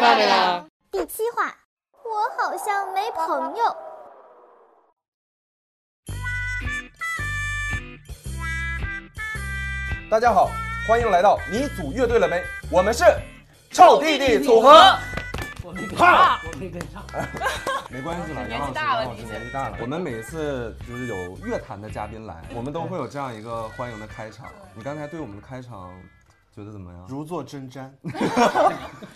到的啦。第七话，我好像没朋友。大家好，欢迎来到你组乐队了没？我们是臭弟弟组合。我没跟上，我没跟上。没关系了，年纪杨老师，大了杨老师毕竟年纪大了。我们每次就是有乐坛的嘉宾来，我们都会有这样一个欢迎的开场。你刚才对我们的开场觉得怎么样？如坐 针毡。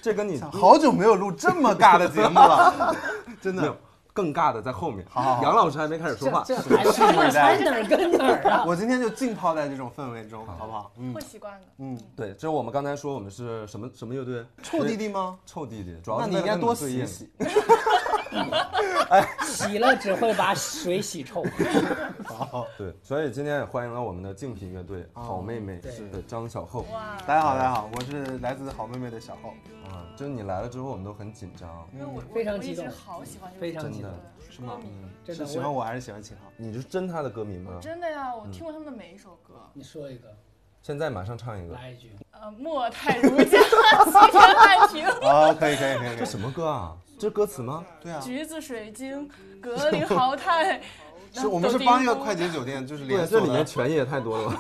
这跟你好久没有录这么尬的节目了，真没有的。更尬的在后面。好好杨老师还没开始说话。这还是是还哪儿跟哪儿 啊？我今天就浸泡在这种氛围啊中，好不好？嗯会习惯的，嗯，对，这是我们刚才说我们是什么什么乐队？臭弟弟吗？臭弟弟，主要那是你为了应该跟多们对应洗 洗。洗了只会把水洗臭。对，所以今天也欢迎了我们的竞品乐队哦好妹妹，对对张小厚。大家好，大家好，我是来自好妹妹的小厚，啊，就是你来了之后，我们都很紧张。因为我非常我一激直动好喜欢这个非常歌激动是歌迷，真是嗯的，喜欢我我还是喜欢秦 昊？你是真他的歌迷嗯吗？真的呀，我听过他们的每一首歌，你说一个，现在马上唱一个。来一句，呃，莫待如家，西天汉庭， 啊，可以，可以，可以，可这以。什么歌啊？这歌词吗？对啊，橘子水晶，嗯格林豪 泰，是我们是帮一个快捷酒店，就是对，啊连这锁里面的，权益也太多了吧。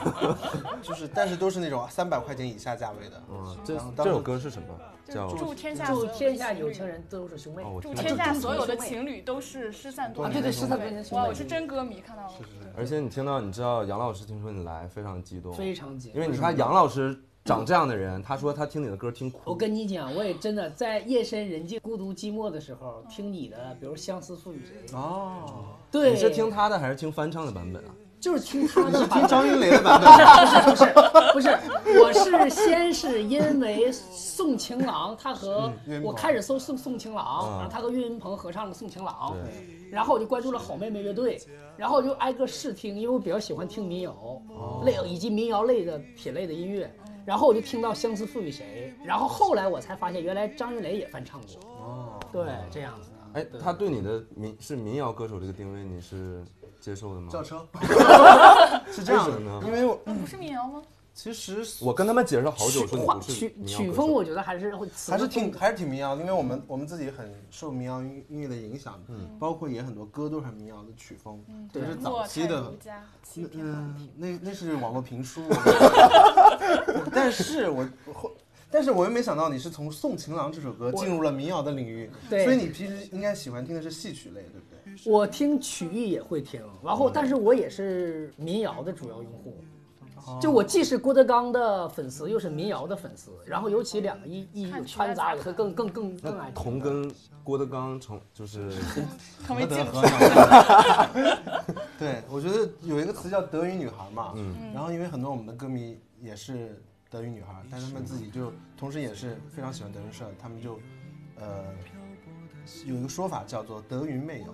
就是但是都是那种三百块钱以下价位的。嗯，这然后当这时首歌是什么？叫就是祝天下祝所有的天下情有侣情人都是兄妹哦，。我听祝过天下所有的情侣都是失散多啊年。对对失散多年的兄妹哇，我是真歌迷，看到了。而且你听到，你知道杨老师听说你来非常激动，非常紧因。为你看杨老师长这样的人，他说他听你的歌听我哭。跟你讲，我也真的在夜深人静、孤独寂寞的时候，听你的，比如《相思赋予谁》，哦，对，你是听他的还是听翻唱的版本啊？就是听他的版听本，张云雷的版不本，是 不是，我是先是因为宋晴朗，他和嗯岳云鹏我开始搜宋宋晴朗，嗯然后他和岳云鹏合唱了《宋晴朗对》，然后我就关注了好妹妹乐队，然后我就挨个试听，因为我比较喜欢听民谣哦类以及民谣类的品类的音乐。然后我就听到《相思赋予谁》，然后后来我才发现，原来张云雷也翻唱过。哦，对，这样子啊的。哎，他对你的民是民谣歌手这个定位，你是接受的吗？轿车。是是这样的呢，，因为我那嗯不是民谣吗？其实我跟他们解释了好久，说你话不是曲民谣曲歌风，手我觉得还是会词还是的风挺格还是挺民谣的，因为我们我们自己很受民谣音音乐的影响，嗯，包括也很多歌都是很民谣的曲风，嗯，对是莫早期待的如，家，西那天汉嗯庭。那那是网络评书，我觉得但是我我后。但是我又没想到你是从《送情郎》这首歌进入了民谣的领域，对所以你平时应该喜欢听的是戏曲类，对不对？我听曲艺也会听，然嗯后但是我也是民谣的主要用户，哦就我既是郭德纲的粉丝，又是民谣的粉丝，嗯然后尤其两个一一有穿杂，我会更更更更爱那听同跟郭德纲成就是成为竞品。 对，我觉得有一个词叫德语女孩嘛，嗯然后因为很多我们的歌迷也是德语女孩，但他们自己就同时也是非常喜欢德云社，他们就呃有一个说法叫做德云妹友，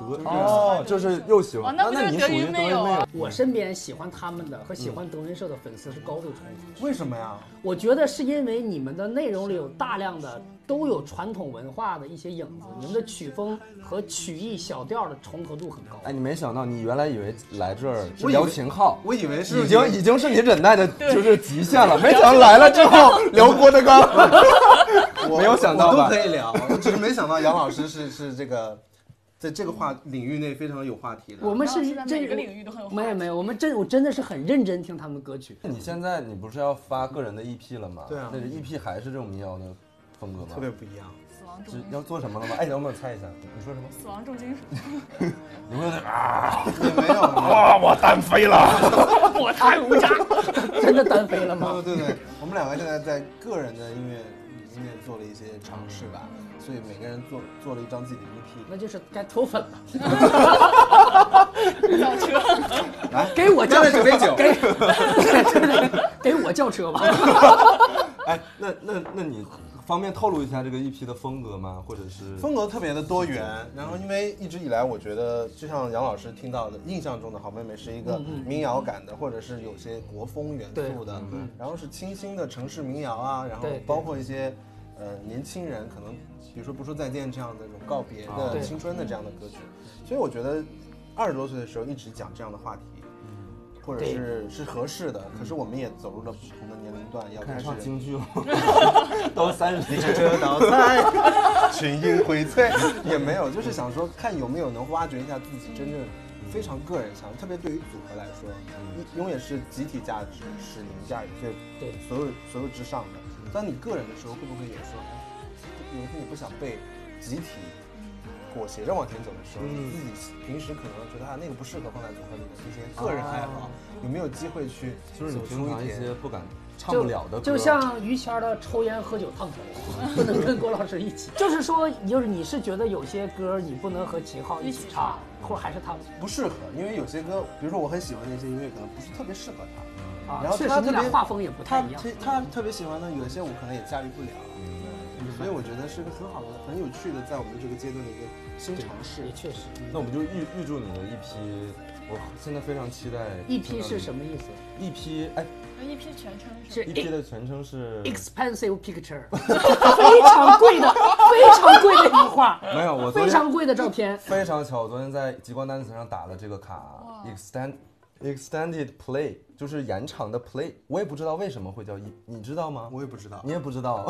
德哦，就是又喜哦欢，那不那就是你德属云于德妹云友妹啊友。我身边喜欢他们的和喜欢德云社的粉丝是高度重嗯合。为什么呀？我觉得是因为你们的内容里有大量的都有传统文化的一些影子，哦你们的曲风和曲艺小调的重合度很高。哎，你没想到，你原来以为来这儿是我以为聊秦昊，我以为是已经已经是你忍耐的就是极限 了，没想到聊来了之后聊郭德纲。我没有想到我吧都可以聊，我只是没想到杨老师是是这个在这个话领域内非常有话题的。我们然后是是在这每个领域都很有话没有题没有，我们真我真的是很认真听他们歌曲。你现在你不是要发个人的 EP 了吗？对啊那个 EP 还是这种民谣的风格吗？特别不一样， 死亡重是金属，要做什么了吗？哎，能不能猜一下？你说什么？死亡重金属，你会啊？也没有啊，我太无渣。 真的单飞了吗？对对对，我们两个现在在个人的音乐音乐做了一些尝试吧，所以每个人做做了一张自己的 EP。那就是该脱粉了。轿车，来，给我轿干了车这杯酒给给 我轿车 吧。哎，那那那你方便透露一下这个 EP 的风格吗？或者是风格特别的多元。然后，因为一直以来，我觉得就像杨老师听到的，印象中的好妹妹是一个民谣感的，或者是有些国风元素的，然后是清新的城市民谣啊，然后对包括一些呃年轻人可能，比如说不说再见这样的一种告别啊的对青春的这样的歌曲。所以我觉得二十多岁的时候一直讲这样的话题。或者是是合适的，可是我们也走入了不同的年龄段，要开开始始唱京剧了？ 都三你十是这道菜，群英荟萃，也没有，就是想说看有没有能挖掘一下自己真正非常个人强，特别对于组合来说，一永远是集体价值是凌驾于对所所有所有之上的。当你个人的时候，会不会也说，哎有一天你不想被集体裹挟着往前走的时候，你自己平时可能觉得啊那个不适合放在组合里的一些个人爱好，有没有机会去就是你走平出常一点些不敢唱就不了的歌，就像于谦儿的抽烟喝酒烫头，不能跟郭老师一 起。就是说，就是你是觉得有些歌你不能和秦昊一起唱，或者还是他们不适合，因为有些歌，比如说我很喜欢的一些音乐，可能不是特别适合他。啊然，后确他实你特俩别画风也不太他一样。特他特别喜欢的，有一些我可能也驾驭不了，嗯所以我觉得是个很好的、很有趣的，在我们这个阶段的一个新尝试也。确实，那我们就预预祝你们一批，我现在非常期待。一批 E 是什么意思？一批，哎，一批全称是是一批的全称是 expensive picture，非 常贵的，非常贵的一幅画，没有，我昨非天常贵的照片。非常巧，我昨天在极光单词上打了这个卡，extend extended play 就是延长的 play，我也不知道为什么会叫一，你知道吗？我也不知道你，也不知道，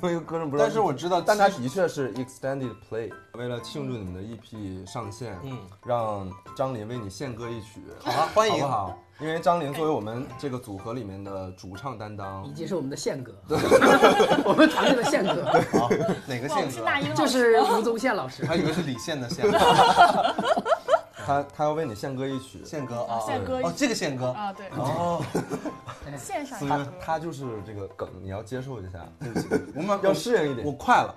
作为一个歌手不知道。但是我知道，但它的确是 extended play。为了庆祝你们的 EP 上线，嗯，让张琳为你献歌一曲，好啊欢迎好不好？因为张琳作为我们这个组合里面的主唱担当以，及是我们的宪哥， 我们团队的宪哥，好哪个啊哇，我线是歌？那英老师，就是吴宗宪老师。 还以为是李现的线 他他要为你献歌一曲，宪歌啊，宪歌哦，这个宪歌啊，对，哦，线上他他就是这个梗，你要接受一 下。对不起，我们要适应一点我快了，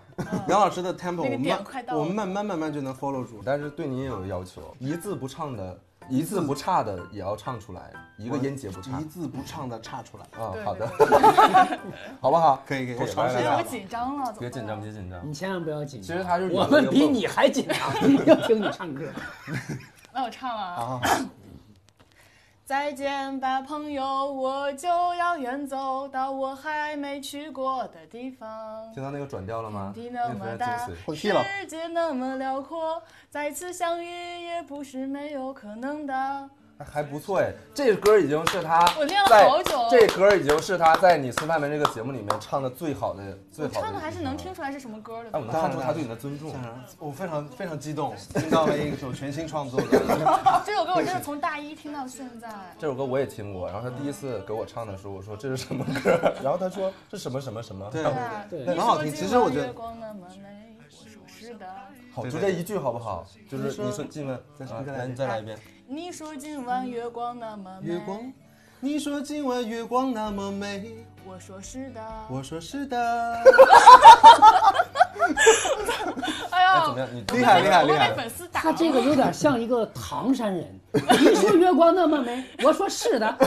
杨老师的 tempo 那个我点慢快，到了我慢慢慢慢就能 follow 住。但是对你也有要求，一字不唱的，一字不差的也要唱出来，一个音节不差一。字不哦唱的岔出来。啊对，好的，对好不好？可以可以我可以尝试一哎下呀，我吧。紧张了，别紧怎么办张，别紧张。你千万不要紧张，其实他就是我们比你还紧张，要听你唱歌。那我唱了啊。啊，再见吧，朋友，我就要远走到我还没去过的地方。听到那个转调了吗？天地那么个非大常精，我世踢了界那么辽阔，再次相遇也不是没有可能的。髓，还不错哎。这歌已经是他我练了在好久这歌已经是他在《你吃饭没》这个节目里面唱的最好的，最我好的。嗯唱的还是能听。出来是什么歌的哎，我。能看出他对你的尊重当。然，我非常非常激动，听到了一首全新创作的。这首歌我真的从大一听到现在。这首歌我也听过，然后他第一次给我唱的时候，我说这是什么歌？ 然后他说这什么什么什么。对对啊，对你很说好听今其实我晚觉得月光那么美，我说是的。好，对就对这对一句好不好？就是你说你说进问，再说再来啊来一遍你再来一遍。你说今晚月光那么美，月光，你说今晚月光那么美，我说是的。我说是的。哎哎，呀，怎么样？你厉害厉害嗯我厉会被害！粉丝打。他这个有点像一个唐山人，你说月光那么美，我说是的，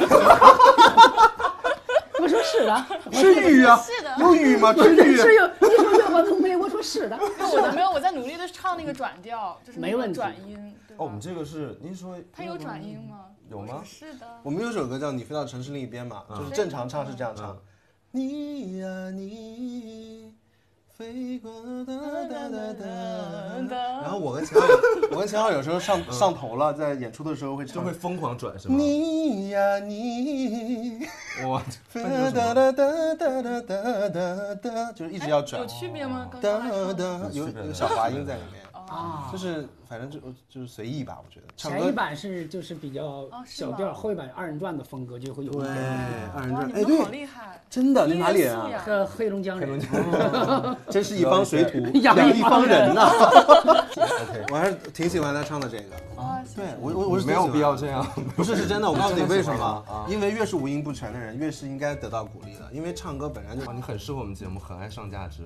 我说是的，吃鱼啊，是的， 有鱼吗？啊吃鱼。是有，你说月光那么美，我说是的，我的没有，我在努力的唱那个转调，就是那没问个题转音，对哦，我们吧？这个是您说它有转音吗？有吗我说是的。我们有首歌叫《你飞到城市另一边》嘛，就是正常唱是这样唱嗯。你呀你，飞过哒哒哒哒。然后我跟秦昊有，我跟秦昊有时候上上头了，在演出的时候会就唱会。疯狂转是吗？你呀你，哇，飞那就是哒哒哒哒哒哒哒哒，就是一直要转有。区别吗？哦跟刚才哒唱的哒，有有区别的有小滑音在里面，啊就。是反正就就是随意吧，我觉得。唱歌前一版是就是比较小哦是调，吗后一版二人转的风格就会有一对点二人哇，转，你哎们好对，厉害！真的，你音乐哪里人素啊？养和黑龙江人，真是一方水土养养一一方方人呐。 OK，我还是挺喜欢他唱的这个。哇，哦谢谢对我我我是没挺喜有欢必要这样。不是是真的，我告诉你为什么啊，因为越是五音不全的人，越是应该得到鼓励的，因为唱歌本来就哇，你很适合我们节目，很爱上价值，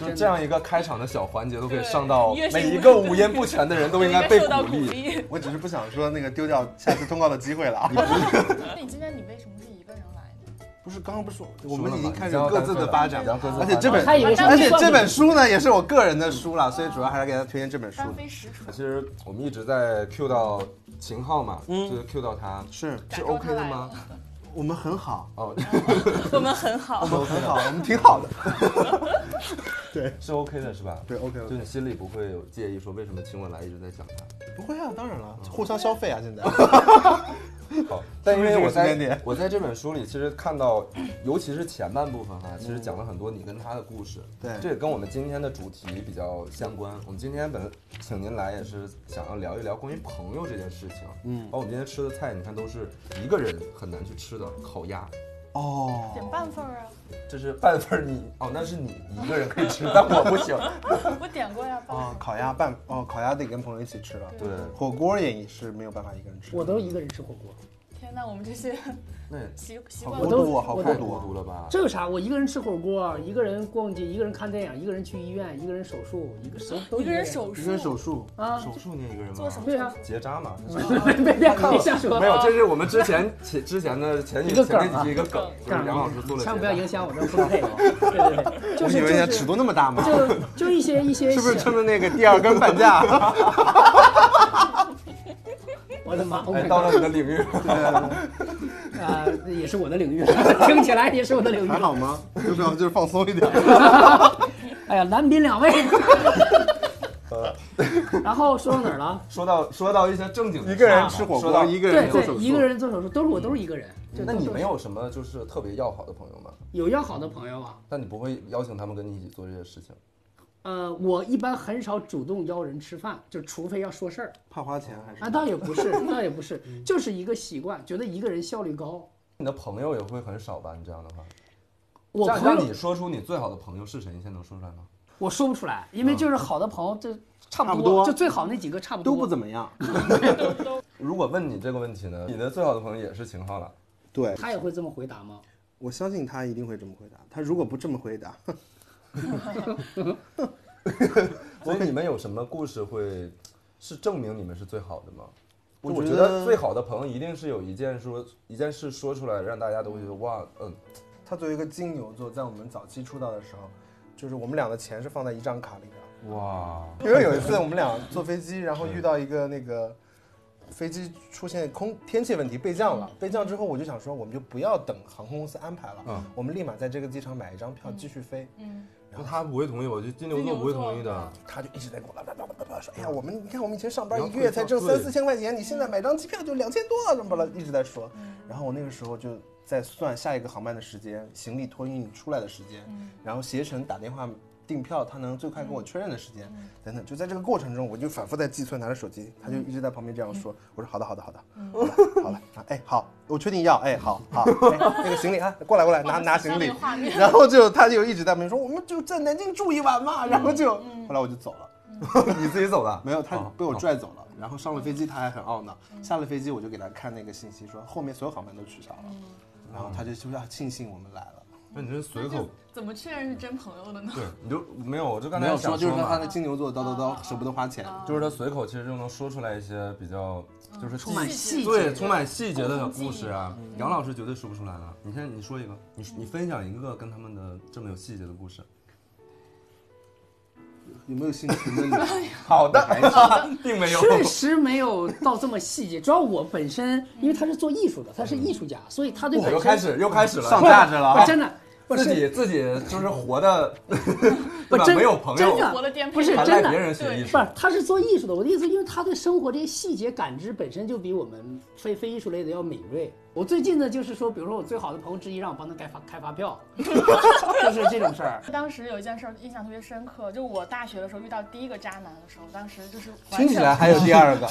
就是这样一个开场的小环节都可以上到对越是每一个五音不全的人都应该啊被受到鼓鼓励。励。 我只是不想说那个丢掉下次通告的机会了啊。那你今天你为什么是一个人来呢？不是，刚刚不是说我我们们已已经经开开始始各各自自的的发发展展了了，而且这本我还以为是而且啊这本书呢也是我个人的书了，所以主要还是给大家推荐这本书单的。飞实锤其。实我们一直在 Q 到秦昊嘛，就是 Q 到他是是感受 OK 他的来吗了？我们很好，哦， 我们很好我，们很好，我们挺好的。是 OK 的是吧？ 对，OK，就你心里不会有介意说为什么秦文来一直在讲他？不会啊，当然了，互相消费啊，现在。 好，但因为我是不是这个时间点在我在这本书里其实看到，尤其是前半部分哈、啊其实讲了很多你跟他的故事。对这也跟我们今天的主题比较相关。我们今天本请您来也是想要聊一聊关于朋友这件事情。嗯，包括我们今天吃的菜，你看都是一个人很难去吃的烤鸭。哦，点半份儿啊，这是半份儿你哦，那是你一个人可以吃，但我不行。我点过呀，半份儿。哦，烤鸭拌哦，烤鸭得跟朋友一起吃了。对，火锅也是没有办法一个人吃。我都一个人吃火锅，天哪，我们这些那也习习好惯我孤都独啊，好我孤太都独孤啊。独了吧？这有啥？我一个人吃火锅，啊一个人逛街，一个人看电影，一个人去医院，一个人手术，一个手都一个人。手一个人术手术，啊，手术那一个人吗？做什么对啊手术？哦结扎嘛？ 别别别别瞎说，没有，这是我们之前前之前的前几一个梗前啊几期一个梗，就是杨老师做了嗯千万结不要扎。影响 我们分配。对对对，就我是以为就人家是尺度那么大吗？就就一些一些，是不是趁着那个第二根半价？ 我的妈！我哎，感到觉了你的领域， 啊，也是我的领域， 听起来也是我的领域还。好吗？要不要 就是放松一点？哎呀，蓝宾两位。 然后说到哪儿了？说到说到一些正经的事儿啊，一个人吃火说到锅，一个对人做手对，术，一个人做手术都是我都是一个人。就那都你都没有什么就是特别要好的朋友吗？有要好的朋友啊？但你不会邀请他们跟你一起做这些事情？呃，我一般很少主动邀人吃饭，就除非要说事儿。怕花钱还是啊，？倒也不是， 嗯倒也不是，就是一个习惯，觉得一个人效率高。你的朋友也会很少吧？你这样的话，我让朋让友你说出你最好的朋友是谁，你现在能说出来吗？我说不出来，因为就是好的朋友就差差不不多，多就最好那几个差不多。都不怎么样。如果问你这个问题呢，你的最好的朋友也是秦昊了。对，他也会这么回答吗？我相信他一定会这么回答。他如果不这么回答，所以你们有什么故事会是证明你们是最好的吗？就我我觉觉得得最好的朋友一定是有一件说一件事说出来，让大家都会觉得哇，嗯，他作为一个金牛座，在我们早期出道的时候，就是我们俩的钱是放在一张卡里的。哇，因为有一次我们俩坐飞机，然后遇到一个那个飞机出现空天气问题备降了，备降之后我就想说，我们就不要等航空公司安排了，嗯我们立马在这个机场买一张票继续飞。嗯，那他不会同意，我觉得金牛座不会同意的。他就一直在跟我叭叭叭叭叭说，哎呀，我们你看我们以前上班你要一个月才挣退票对三四千块钱，你现在买张机票就两千多，怎么了？一直在说。然后我那个时候就在算下一个航班的时间，行李托运你出来的时间，然后携程打电话订票，他能最快跟我确认的时间，等等。就在这个过程中，我就反复在计算，拿着手机，他就一直在旁边这样说。我说好的，好的，好的，好了，好了，啊哎，好，我确定要，哎，好好，哎那个行李啊，过来过来，拿拿行李哇我想象那个画面， 然后就他就一直在那边说，我们就在南京住一晚嗯嘛，然后就后来我就走了。 你自己走的？没有，他哦被我拽走了。然后上了飞机，他还很嗯懊恼。下了飞机，我就给他看那个信息，说后面所有航班都取消了。嗯然后他就说啊，庆幸我们来了。 那你这随口，怎么确认是真朋友 的呢？对，你就没有，我就刚没才有想说，就是说他嘛的，金牛座叨叨嗯叨，舍不得花钱。就是他随口其实就能说出来一些比较就是充满细节对，充满嗯细节的故事啊。杨老师绝对说不出来了。你现在你说一个，你你分享一个跟他们的这么有细节的故事。有没有心情的 你？好的，并没有。确实没有到这么细节，主要我本身因为他是做艺术的，他是艺术家，所以他对我本又身开始又开始了，上价值了不 啊！真的不自是己自己就是活的，不对吧？真没有朋真友，活的颠的沛不是还真赖别的。人学艺不术是，，他是做艺术的。我的意思，因为他对生活这些细节感知本身就比我们非非艺术类的要敏锐。我最近呢，就是说，比如说我最好的朋友之一让我帮他开发开发票，就是这种事儿。 当时有一件事儿印象特别深刻，就我大学的时候遇到第一个渣男的时候，当时就是完全听起来还有第二个，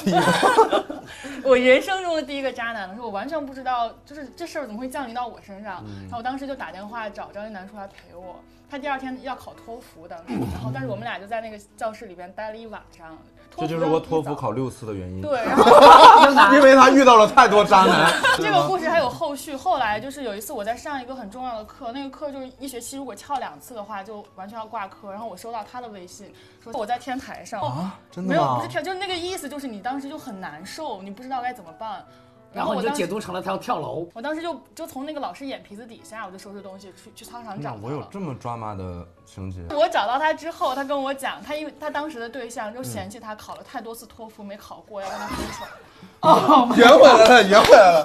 我人生中的第一个渣男的时候，我完全不知道，就是这事儿怎么会降临到我身上。然后我当时就打电话找张一楠说来陪我，他第二天要考托福，当时，然后但是我们俩就在那个教室里边待了一晚上。这就是我托福。考六次的原因。对，然后因为他遇到了太多渣男。这个故事还有后续。后来就是有一次我在上一个很重要的课，那个课就是一学期如果翘两次的话就完全要挂科。然后我收到他的微信，说我在天台上，啊真 没的有不吗是？跳，就是那个意思，就是你当时就很难受，你不知道该怎么办。然后我你就当时解读成了他要跳楼。我当时就就从那个老师眼皮子底下，我就收拾东西去去操场那找他我有了。这么抓马的情节，我找到他之后，他跟我讲，他因为他当时的对象就嫌弃他考了太多次托福没考过，要跟他分手。圆回来了，圆回来了。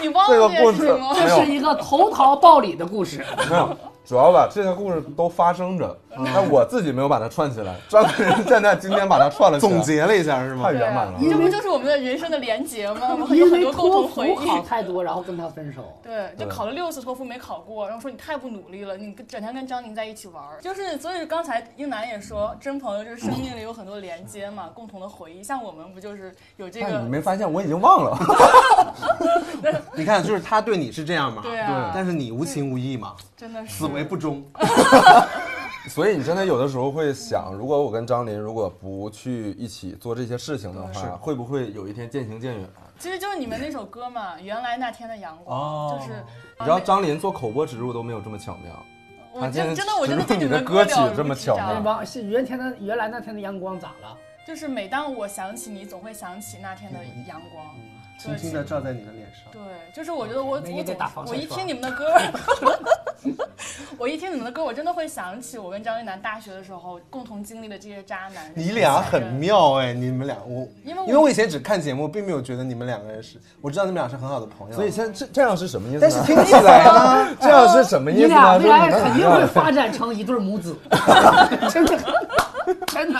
你忘这了个这件事故事情吗？这是一个投桃报李的故事。没有，主要吧，这些故事都发生着，但我自己没有把它串起来。张主任现在今天把它串了起来，总结了一下是吗太？圆满了。这不就是我们的人生的连结吗？我们还有啊因很为多共托同回福忆。考太多，然后跟他分手。 对，就考了六次托福没考过，然后说你太不努力了，你跟整天跟张宁在一起玩儿，就是所以刚才英楠也说，真朋友就是生命里有很多连接嘛，共同的回忆，像我们不就是有这哎但你个，没发现我已经忘了， 你看，就是他对你是这样嘛，对啊但是你无情无义嘛，真的是死为不忠。所以你真的有的时候会想，如果我跟张琳如果不去一起做这些事情的话，会不会有一天渐行渐远？啊其实就是你们那首歌嘛，原来那天的阳光，哦就是啊你知道张琳做口播植入都没有这么巧妙，我他真今天真的我真的植入对你的们歌曲聊这么巧那吗吗？帮是原天的原来那天的阳光咋了？就是每当我想起你，总会想起那天的阳光。轻轻的照在你的脸上。对，就是我觉得我那我也得总打防晒我一霜听你们 的歌，我一听你们的歌，我真的会想起我跟张一楠大学的时候共同经历的这些渣男。你俩很妙哎，你们俩我，因为我因为我以前只看节目，并没有觉得你们两个人是，我知道你们俩是很好的朋友，嗯所以现在这这样是什么意思呢？但是听起来 呢，这样是什么意呃你思呢？俩说未来你们肯定会发展成一对母子， 真的，真的，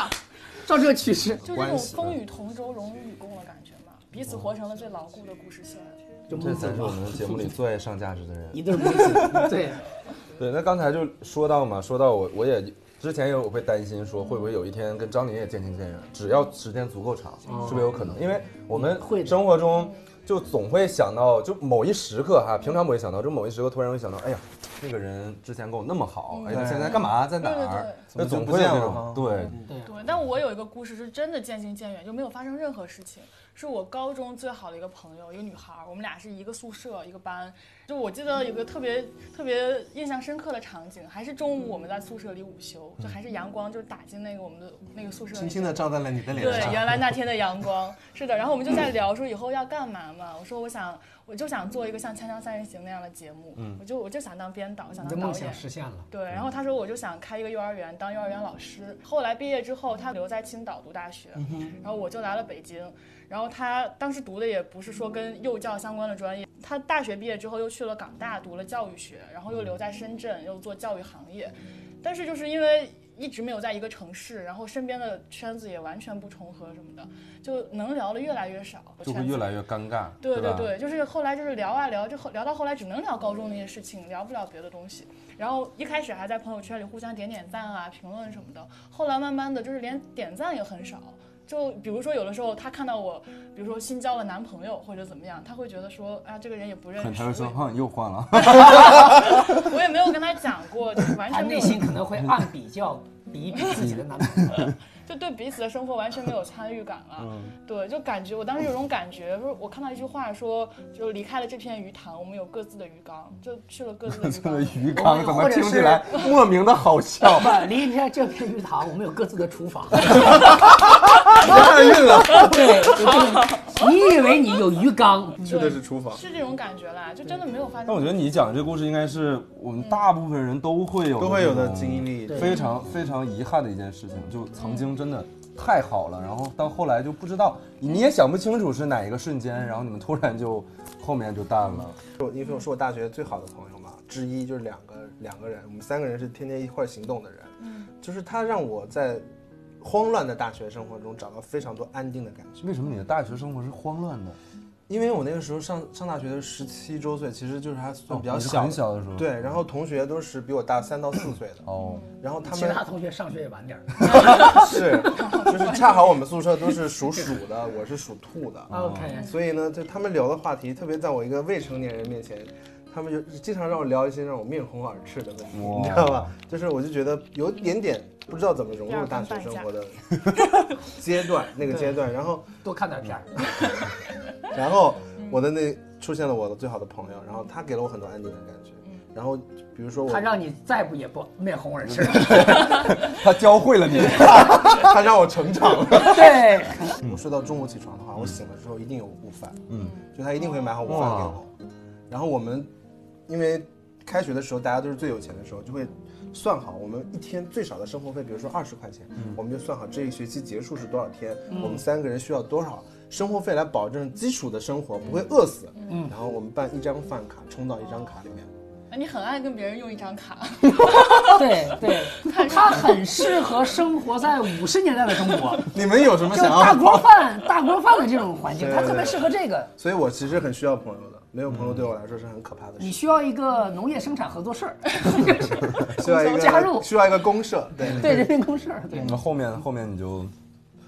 照这个趋势，就这种风雨同舟、荣辱与共的感觉嘛，彼此活成了最牢固的故事线。就母这子才是我嘛，们节目里最上价值的人。一对母子， 对， 对，那刚才就说到嘛，说到我我也之前也有会担心说会不会有一天跟张琳也渐行渐远，只要时间足够长，是不是有可能？因为我们哦会的生活中就总会想到，就某一时刻哈，平常不会想到，就某一时刻突然会想到，哎呀，那个人之前跟我那么好，嗯哎呀，对现在干嘛在哪对对对儿？那总怎么就会有不这见种了嗯对。对，但我有一个故事是真的渐行渐远，就没有发生任何事情。是我高中最好的一个朋友，一个女孩儿，我们俩是一个宿舍一个班。就我记得有个特别特别印象深刻的场景，还是中午我们在宿舍里午休，就还是阳光就是打进那个我们的那个宿舍里轻轻的照在了你的脸对，上。原来那天的阳光是的，然后我们就在聊说以后要干嘛嘛。我说我想，我就想做一个像《锵锵三人行》那样的节目，嗯我就我就想当编导，想你的当导梦想演。实现了。对，嗯然后他说我就想开一个幼儿园当幼儿园老师。后来毕业之后，他留在青岛读大学，嗯然后我就来了北京。然后他当时读的也不是说跟幼教相关的专业，他大学毕业之后又去了港大读了教育学，然后又留在深圳又做教育行业。嗯但是就是因为一直没有在一个城市，然后身边的圈子也完全不重合什么的，就能聊的越来越少，就会圈子越来越尴尬，对吧？对，就是后来就是聊啊聊，就后聊到后来只能聊高中那些事情，聊不了别的东西。然后一开始还在朋友圈里互相点点赞啊、评论什么的，后来慢慢的就是连点赞也很少。就比如说有的时候他看到我，比如说新交了男朋友或者怎么样，他会觉得说啊这个人也不认可能识他会，说，啊哼，又换了。我也我也没有跟他讲过，就是完他全没内有，心可能会暗比较，比一比自己的男 朋友。就对彼此的生活完全没有参与感了。嗯对，就感觉我当时有种感觉，说我看到一句话说，就离开了这片鱼塘，我们有各自的鱼缸，就去了各自的鱼缸。 鱼哎缸怎缸怎么么或者听听起起是来来 莫名的好笑？不，离开这片鱼塘，我们有各自的厨房。太晕了，对，就是 你以为你有鱼 缸，去的是厨房，是这种感觉啦，就真的没有发生。但我觉得你讲这故事应该是我们大部分人都会有都会有的这种经历。对非常非常遗憾的一件事情，就曾经真的太好了，然后到后来就不知道，你也想不清楚是哪一个瞬间，然后你们突然就后面就淡了。我因为我是我大学最好的朋友嘛，之一就是两个两个人，我们三个人是天天一块儿行动的人。嗯就是他让我在慌乱的大学生活中找到非常多安定的感觉。为什么你的大学生活是慌乱的？因为我那个时候上上大学的十七周岁，其实就是还算比较哦你是小，很小的时候对，然后同学都是比我大三到四岁的，哦，然后他其们他同学上学也晚点儿。是就是恰好我们宿舍都是属鼠的，我是属兔的，哦 OK，所以呢，就他们聊的话题，特别在我一个未成年人面前，他们就经常让我聊一些让我面红耳赤的问题，哇你知道吧？就是我就觉得有一点点不知道怎么融入大学生活的 阶段，那个阶段，然后多看点片儿。然后嗯我的那出现了我的最好的朋友，然后他给了我很多安定的感觉，然后比如说我嗯他让你再不也不面红耳赤。他教会 了你。他让我成长了。 对，我睡到中午起床的话，我醒了之后一定有午饭，嗯，就他一定会买好午饭给我。然后我们因为开学的时候大家都是最有钱的时候，就会算好我们一天最少的生活费，比如说二十块钱，我们就算好这一学期结束是多少天，嗯我们三个人需要多少。生活费来嗯保证基础的生活不会饿死，嗯，然后我们办一张饭卡充到一张卡里面， 那你很爱跟别人用一张卡，对对，它很适合生活在五十年代的中 国，你们有什么就想大 要？锅饭大锅饭的这种环境，对它对特别适合这个。所以我其实很需要朋友的，没有朋友对我来说是很可怕的你事。需要一个农业生产合作社儿，需要一互相加入个需要一个公社，对。对人民公社儿，对。那后面后面你就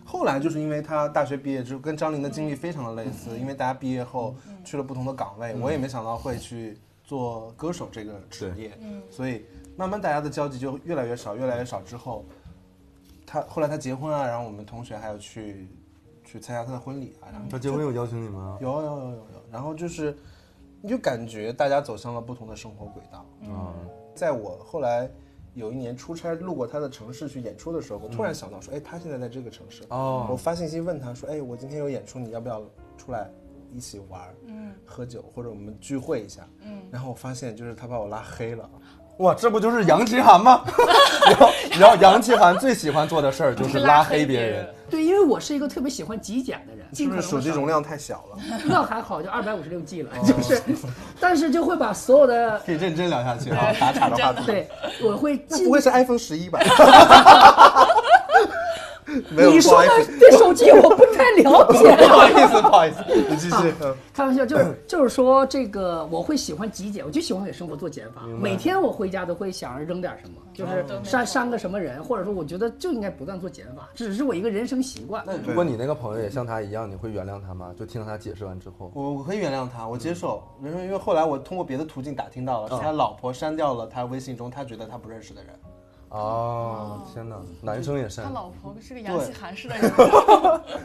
后来就是因为他大学毕业之后，跟张琳的经历非常的类似，因为大家毕业后去了不同的岗位，我也没想到会去做歌手这个职业，嗯所以慢慢大家的交集就越来越少，越来越少之后，他后来他结婚啊，然后我们同学还有去去参加他的婚礼啊，然后他结婚有邀请你们啊？有有有有有，然后就是你就感觉大家走向了不同的生活轨道，嗯，在我后来有一年出差路过他的城市去演出的时候，我突然想到说，哎，他现在在这个城市。嗯哦我发信息问他说，哎，我今天有演出，你要不要出来一起玩？嗯，喝酒或者我们聚会一下。嗯，然后我发现就是他把我拉黑了。哇，这不就是杨奇涵吗？ 然后然后杨奇涵最喜欢做的事儿就是拉黑别人。对，因为我是一个特别喜欢极简的人，是尽不可是哦能手机少容量太小 了？那还好，就二百五十六 G 了，就是，但是就会把所有的可以认真聊下去啊，打岔的话题。对，我会那尽不会是 iPhone 十一吧？没有，哦你不说好意的思，对手机我不太了 解。不好意思，不好意思，你继续。嗯开玩笑，就是就是说这个我会喜欢极简，我就喜欢给生活做减法。每天我回家都会想着扔点什么，就是删删个什么人，或者说我觉得就应该不断做减法，只是我一个人生习惯。嗯那如果你那个朋友也像他一样，你会原谅他吗？就听他解释完之后，我我可以原谅他，我接受。因为因为后来我通过别的途径打听到了，是他老婆删掉了他微信中他觉得他不认识的 人。哦，天哪，男生也他善，老婆是个洋气韩式的人，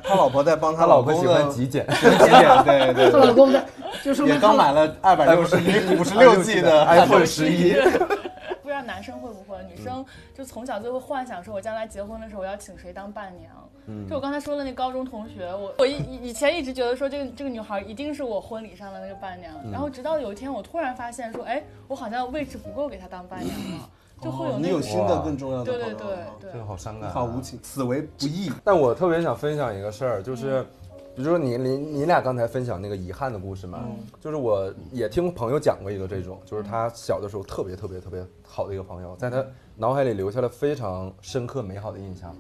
他老婆在帮他老老婆公喜的欢极简，喜欢极简， 对对她 老公的，就说对，明也刚买了 二百六十五十六 G 的 iPhone iPhone 十十一一。不知道男生会不会，女生就从小就会幻想说，我将来结婚的时候我要请谁当伴娘。嗯就我刚才说的那高中同学，我我以以以前一直觉得说这个这个女孩一定是我婚礼上的那个伴娘，嗯然后直到有一天我突然发现说，哎，我好像位置不够给她当伴娘了， 哦就会有哦你那有种新的更重要的对朋对友对了吗对这个哦好伤你感，啊好无。情，此为不义。但我特别想分享一个事儿，就是，比如说你你你俩刚才分享那个遗憾的故事嘛，就是我也听朋友讲过一个这种，就是他小的时候特别特别特别好的一个朋友，在他脑海里留下了非常深刻美好的印象。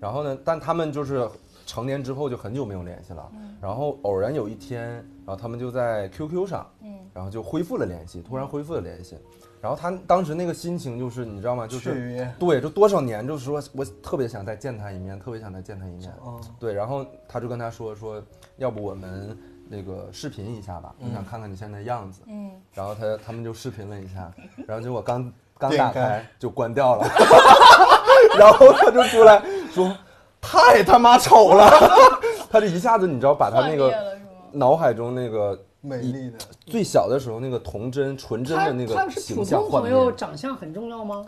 然后呢，但他们就是成年之后就很久没有联系了，然后偶然有一天，然后他们就在 QQ 上，然后就恢复了联系，突然恢复了联系。然后他当时那个心情就是，你知道吗？就是雀跃对，就多少年，就是说我特别想再见他一面，特别想再见他一面。哦对，然后他就跟他说说，要不我们那个视频一下吧，我想看看你现在的样子。嗯，然后他他们就视频了一下，然后结果刚刚电打开开就关掉了， 然后他就出来说太他妈丑了， 他就一下子你知道把他断那裂个了是吗？脑海中那个美丽的，最小的时候那个童真纯真的那他个他是形普象通幻朋友灭，长相很重要吗？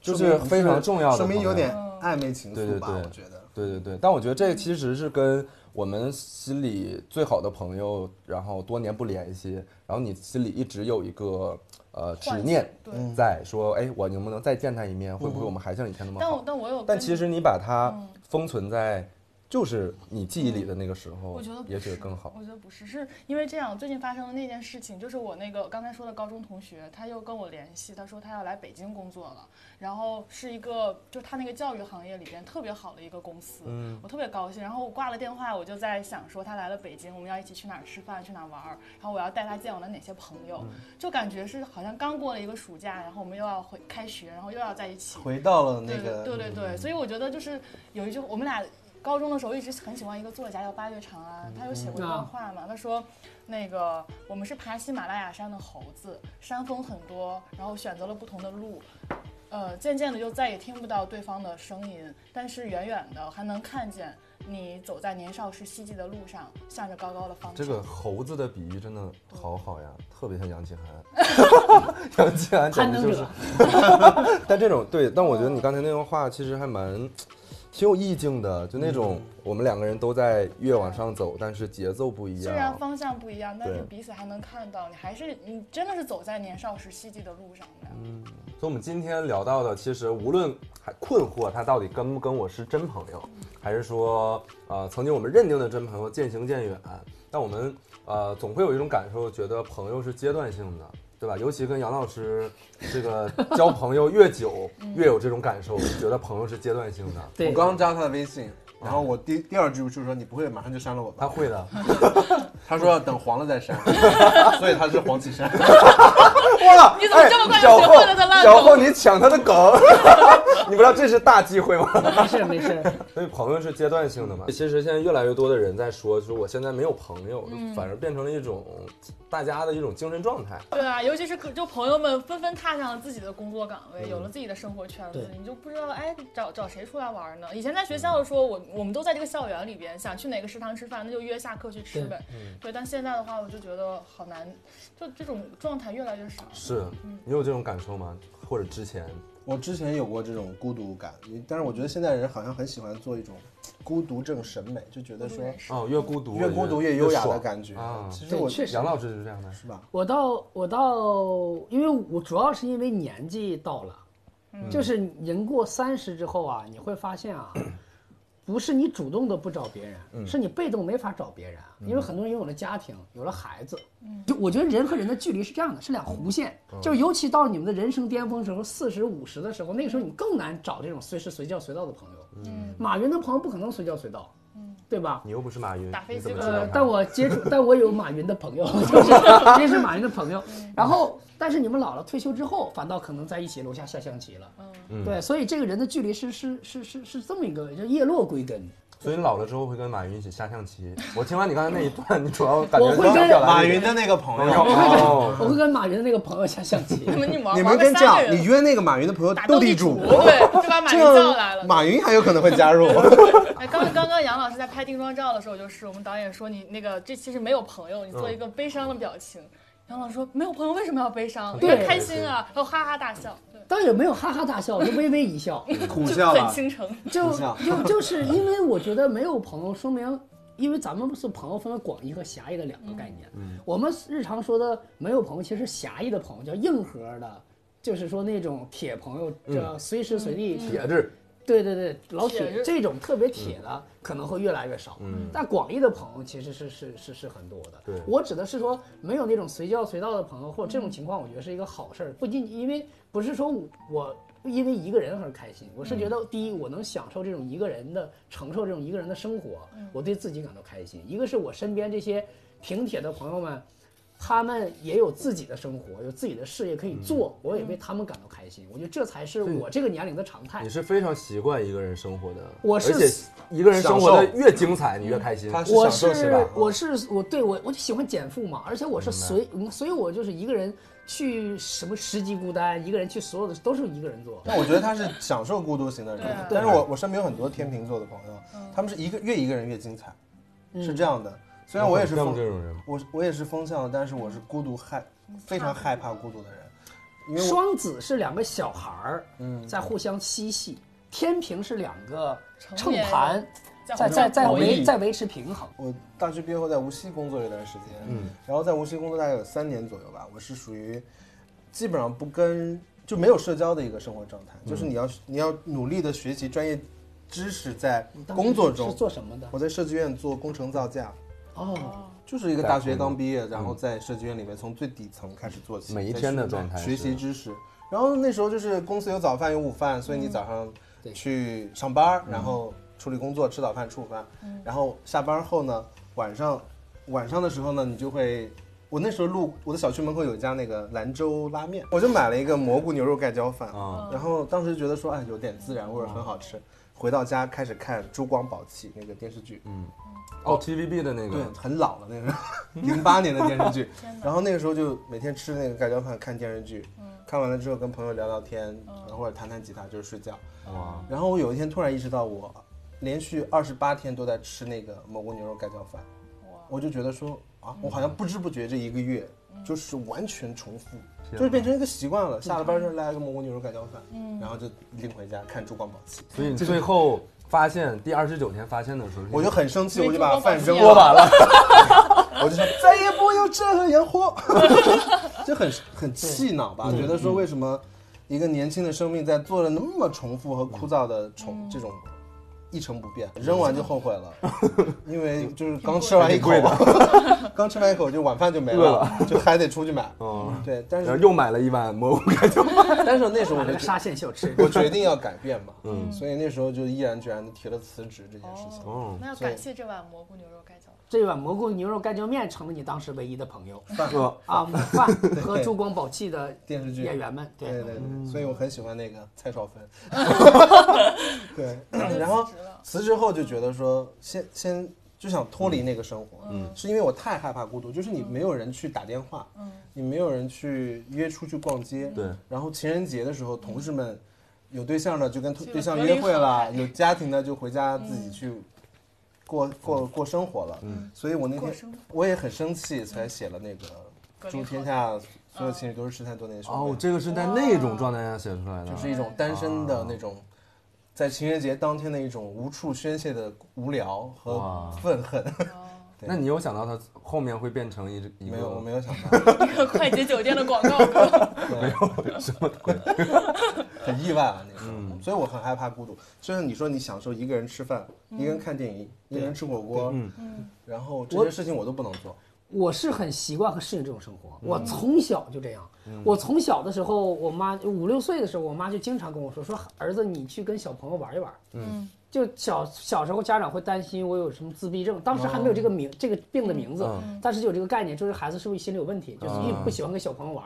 就是非常重要的，说明有点。嗯暧昧情对愫对吧？对我觉得。对对对，但我觉得这其实是跟我们心里最好的朋友，然后多年不联系，然后你心里一直有一个呃执幻念对在，说哎，我能不能再见他一面？会不会我们还像以前那么但我好？但我有跟，但其实你把它封存在就是你记忆里的那个时候嗯我觉得，不也许是更好。我觉得不是，是因为这样，最近发生的那件事情，就是我那个刚才说的高中同学，他又跟我联系，他说他要来北京工作了，然后是一个就他那个教育行业里边特别好的一个公司，嗯我特别高兴。然后我挂了电话，我就在想说他来了北京，我们要一起去哪儿吃饭，去哪儿玩儿，然后我要带他见我的哪些朋友，嗯就感觉是好像刚过了一个暑假，然后我们又要回开学，然后又要在一起，回到了那对个，对对对，所以我觉得就是有一句，我们俩高中的时候一直很喜欢一个作家叫八月长嗯安，他有写过一段话嘛，他说那个我们是爬喜马拉雅山的猴子，山峰很多，然后选择了不同的路。呃，渐渐的就再也听不到对方的声音，但是远远的还能看见你走在年少时希冀的路上，向着高高的方这向。个猴子的比喻真的好好呀，特别像杨奇涵。 杨奇涵简攀直登就是者，但这种对，但我觉得嗯你刚才那段话其实还蛮挺有意境的，就那嗯种我们两个人都在越往上走，但是节奏不一虽然样。哦方向不一样，但是对彼此还能看到，你还是你真的是走在年少时希冀的路上的。所以我们今天聊到的，其实无论还困惑他到底跟不跟我是真朋友，还是说呃曾经我们认定的真朋友渐行渐远，但我们呃总会有一种感受，觉得朋友是阶段性的。对吧？尤其跟杨老师这个交朋友越久，嗯越有这种感受，觉得朋友是阶段性的。对我刚加他的微信，嗯然后我第第二句就是说你不会马上就删了我吧？他会的，他说要等黄了再 删，所以他是黄绮珊。哇！你怎么这么快就哎学会了的烂小后，小梗后你抢他的梗， 你不知道这是大忌讳吗？没事没事，所以朋友是阶段性的嘛。其实现在越来越多的人在说，就是我现在没有朋友，嗯反而变成了一种大家的一种精神状态。对啊，尤其是可就朋友们纷纷踏上了自己的工作岗位，有嗯了自己的生活圈子，对你就不知道哎找找谁出来玩呢？以前在学嗯校的时候，我我们都在这个校园里边，想去哪个食堂吃饭，那就约下课去吃呗。嗯对，但现在的话，我就觉得好难，就这种状态越来越少。是啊嗯你有这种感受吗？或者之前我之前有过这种孤独感，但是我觉得现在人好像很喜欢做一种孤独症审美，就觉得说哦，越孤独越孤独越优雅的爽感觉啊。其实对，我确实杨老师就是这样的，是吧？我到我到，因为我主要是因为年纪到了，就是人过三十之后啊，你会发现啊，不是你主动的不找别人，是你被动没法找别人，啊因为很多人有了家庭，有了孩子，就我觉得人和人的距离是这样的，是两弧线，就是尤其到你们的人生巅峰时候，四十五十的时候，那个时候你更难找这种随时随叫随到的朋友。马云的朋友不可能随叫随到，对吧？你又不是马云打，飞你怎机么吧知道呃，他但我接 触，但我有马云的朋友，就是认识马云的朋友。嗯然后，但是你们老了退休之后，反倒可能在一起楼下下象棋了。嗯对，所以这个人的距离是是是是是这么一个，就叶落归根。所以你老了之后会跟马云一起下象棋。我听完你刚才那一段，你主要感觉我会是想跟表达马一个云的那个朋友，哦，我会跟马云的那个朋友下象棋。 你 们你玩你玩个们跟三讲个，人你约那个马云的朋友打斗地地主，对，就把马这云叫来样了。马云还有可能会加入。哎，刚刚刚杨老师在拍定妆照的时候，就是我们导演说你那个这期是没有朋友，你做一嗯个悲伤的表情。杨老师说没有朋友为什么要悲伤？对应该开心啊，然后哈哈大笑，对，倒也没有哈哈大笑，就微微一笑。 苦就笑啊很吧，倾城。就像就就是因为我觉得没有朋友，说明因为咱们不是朋友分为广义和狭义的两个概念。我们日常说的没有朋友，其实狭义的朋友叫硬核的，就是说那种铁朋友，这随时随地铁质，对对对，老嗯铁铁是这种特别铁的可能会越来越少，嗯但广义的朋友其实是是是是很多的。对我指的是说没有那种随叫随到的朋友，或者这种情况，我觉得是一个好事儿。不仅因为不是说我因为一个人而开心，我是觉得第一我能享受这种一个人的承受这种一个人的生活，我对自己感到开心。一个是我身边这些平铁的朋友们。他们也有自己的生活，有自己的事业可以做，我也为他们感到开心。我觉得这才是我这个年龄的常态你。是非常习惯一个人生活的，哎我是而且一个人生活享的越精彩，你越开心。他是我享是受是吧？我是我对我我就喜欢减负嘛，而且我是随，嗯所以我就是一个人去什么十级孤单，一个人去所有的都是一个人做。但我觉得他是享受孤独型的人对啊，嗯但是我我身边有很多天秤座的朋友，他们是一个越一个人越精彩，是这样的。虽然我也是羡慕风这种人，我我也是风向的，但是我是孤独害，嗯非常害怕孤独的人，因为我嗯双子是两个小孩儿在互相嬉戏，天平是两个成秤年人盘在在在在博维弈在维持平衡。我大学毕业后在无锡工作了一段时间，嗯，然后在无锡工作大概有三年左右吧，我是属于基本上不跟就没有社交的一个生活状态，就是你要你要努力的学习专业知识，在工作中是做什么的？我在设计院做工程造价，哦，就是一个大学刚毕业，然后在设计院里面从最底层开始做嗯起，每一天的状态学是习知识。然后那时候就是公司有早饭有午饭，所以你早上对去上班，嗯然后处理工作，吃早饭吃午饭，然后下班后呢，晚上晚上的时候呢，你就会。我那时候路我的小区门口有一家那个兰州拉面，我就买了一个蘑菇牛肉盖浇饭，啊然后当时觉得说哎有点孜然味儿很好吃，回到家开始看《珠光宝气》那个电视剧，嗯哦，TVB 的那对个，，很老了那 个，零八年的电视剧。然后那个时候就每天吃那个盖浇饭，看电视剧，嗯看完了之后跟朋友聊聊天，然后或者弹弹吉他，就是睡觉。哇，然后我有一天突然意识到，我连续二十八天都在吃那个蘑菇牛肉盖浇饭，我就觉得说啊，我好像不知不觉这一个月嗯就是完全重复，就是变成一个习惯了。下了班就来一个蘑菇牛肉盖浇饭，嗯然后就拎回家看《珠光宝气》。所以你最后发现第二十九天发现的时候，我就很生气，没我就珠光把宝饭气扔啊锅碗了，我就说再也不要这样活， 就很很气恼吧，觉得说为什嗯嗯么一个年轻的生命在做了那么重复和枯燥的重这种一成不变，扔完就后 悔了，因为就是刚吃完一口， 刚吃完一口就晚饭就没饿了，了就还得出去买。嗯，对，但然后是又买了一碗蘑菇盖 浇饭。 但是那时候买我了就个沙县小吃。我决定要改变嘛， 嗯所以那时候就毅然决然的提了辞职这件事情。哦，那要感谢这碗蘑菇牛肉盖浇饭。这碗蘑菇牛肉干浇面成了你当时唯一的朋友哦哥，啊，午 饭和珠光宝气的电视剧演员们，对对，对嗯对，所以我很喜欢那个蔡少 芬。 对，嗯然后辞职了 辞职后就觉得说，先先就想脱离那个生活，嗯，是因为我太害怕孤独，就是你嗯没有人去打电话，嗯，你没有人去约出去逛街，对然后情人节的时候，同事们有对象的就跟同就对象隔离约会好了，看有家庭的就回家自己嗯去过过过生活了，嗯，所以我那过天生活我也很生气，才写了那个隔离《祝好天下所有情侣都是失散多年的兄妹 哦，》。这个是在那种状态下写出来的，就是一种单啊身的那种，在情人节当天的一种无处宣泄的无聊和哇愤恨。那你有想到它后面会变成一只一个没有，我没有想 到，一个快捷酒店的广告歌，没有什么鬼， 很意外啊那时嗯候，所以我很害怕孤独。就像你说，你享受一个人吃饭，一个人看电影，一个人吃火锅，嗯然后这些事情我都不能做。我是很习惯和适应这种生活。我从小就这样。我从小的时候，我妈五六岁的时候，我妈就经常跟我说：“说儿子，你去跟小朋友玩一玩。”嗯，就小小时候家长会担心我有什么自闭症，当时还没有这个名、这个病的名字，但是就有这个概念，就是孩子是不是心理有问题，就是一不喜欢跟小朋友玩。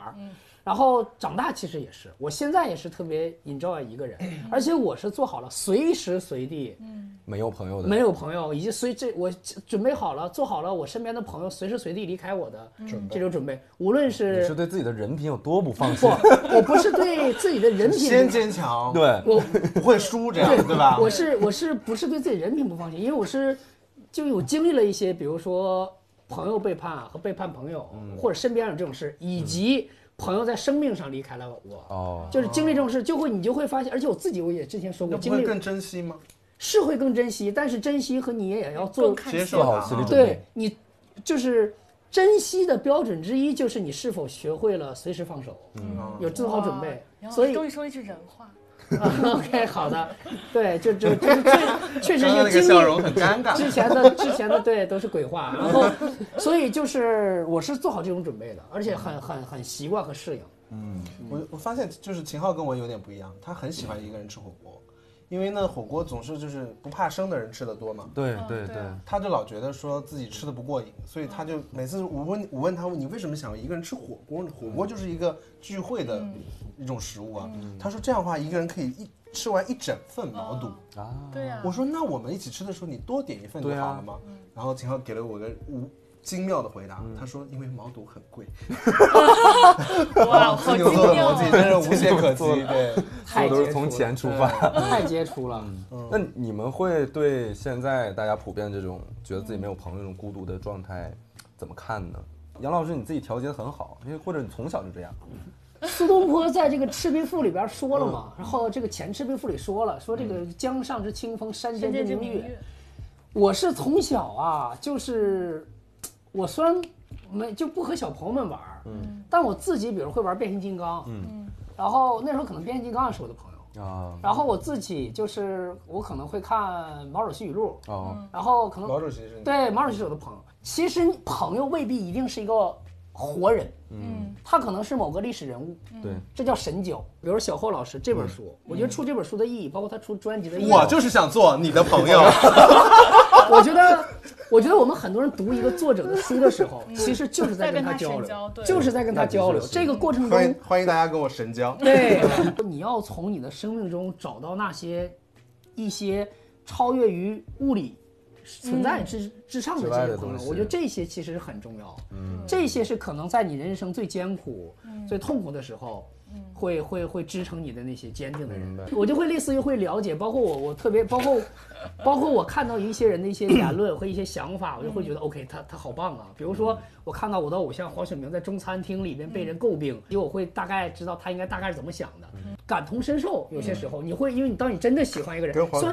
然后长大其实也是，我现在也是特别 enjoy 一个人，而且我是做好了随时随地没有朋友的，没有朋友，以及随这我准备好了，做好了我身边的朋友随时随地离开我的准备这种准备，无论你是是对自己的人品有多不放不心？，我不是对自己的人品 先坚强，，对，我不会输这样，对吧？我是我是不是对自己人品不放心？因为我是就有经历了一些，比如说朋友背叛和背叛朋友，嗯或者身边有这种事，以及朋友在生命上离开了我，哦，就是经历这种事，就会你就会发现，而且我自己我也之前说过，那不经会历更珍惜吗？是会更珍惜，但是珍惜和你也要做更看接戏受做它好啊心理准备对。你就是珍惜的标准之一，就是你是否学会了随时放手，嗯有做好准备。哇所以终于说一句人话， ，OK，好的，对，就 就这确确实刚刚那是个经笑容历。很尴尬。之前的之前的对都是鬼话，然后，所以就是我是做好这种准备的，而且很很很习惯和适应。嗯嗯我我发现就是秦昊跟我有点不一样，他很喜欢一个人吃火锅，因为呢火锅总是就是不怕生的人吃的多嘛，对对对啊他就老觉得说自己吃的不过瘾，所以他就每次我问我问他你为什么想要一个人吃火锅呢？火锅就是一个聚会的嗯一种食物啊，嗯他说这样的话一个人可以一吃完一整份哦毛肚，嗯啊，对呀、我说那我们一起吃的时候你多点一份就对啊好了嘛，嗯然后秦昊给了我个无精妙的回答，嗯他说因为毛肚很贵， 哇，好金哦精牛座的逻辑妙，啊真 是无懈可击，对。 所太有都接是触从了，钱出发。太接触了。嗯那你们会对现在大家普遍这种觉得自己没有朋友、这种孤独的状态怎么看呢？杨老师，你自己调节的很好，因为或者你从小就这样。苏东坡在这个《赤壁赋》里边说了嗯嘛，然后这个前《赤壁赋》里说了，说这个“江上之清风，山间人之间之明明月月”。，我是从小啊，就是我虽然没就不和小朋友们玩，嗯，但我自己比如会玩变形金刚，嗯，然后那时候可能变形金刚也是我的朋友，嗯啊然后我自己就是我可能会看《毛主席语录》，嗯哦，然后可能毛主席是你对，毛主席是我的朋友。其实朋友未必一定是一个活人，嗯，他可能是某个历史人物，对，这叫神交。比如小霍老师这本书，我觉得出这本书的意义，包括他出专辑的意义，我就是想做你的朋友， 我觉得，我觉得我们很多人读一个作者的书的时候，其实就是在在跟跟他他交深流交，对就是在跟他交流。那的确是这个过程 欢迎中，欢迎大家跟我神交。对，你要从你的生命中找到那些一些超越于物理存在之之上的嗯之外这些的朋东友，西我觉得这些其实很重要。嗯这些是可能在你人生最艰苦、最痛苦的时候。会会会支撑你的那些坚定的明白人，我就会类似于会了解，包括我，我特别包括，包括我看到一些人的一 些言论和一些想法，我就会觉得 OK，他他好棒啊。比如嗯说，我看到我嗯的偶像黄晓明在中餐厅里边被人诟病，因为我会大概知道他应该大概是怎么想的。感同身受。有些时候你会因为你当你真的喜欢一个人跟，黄虽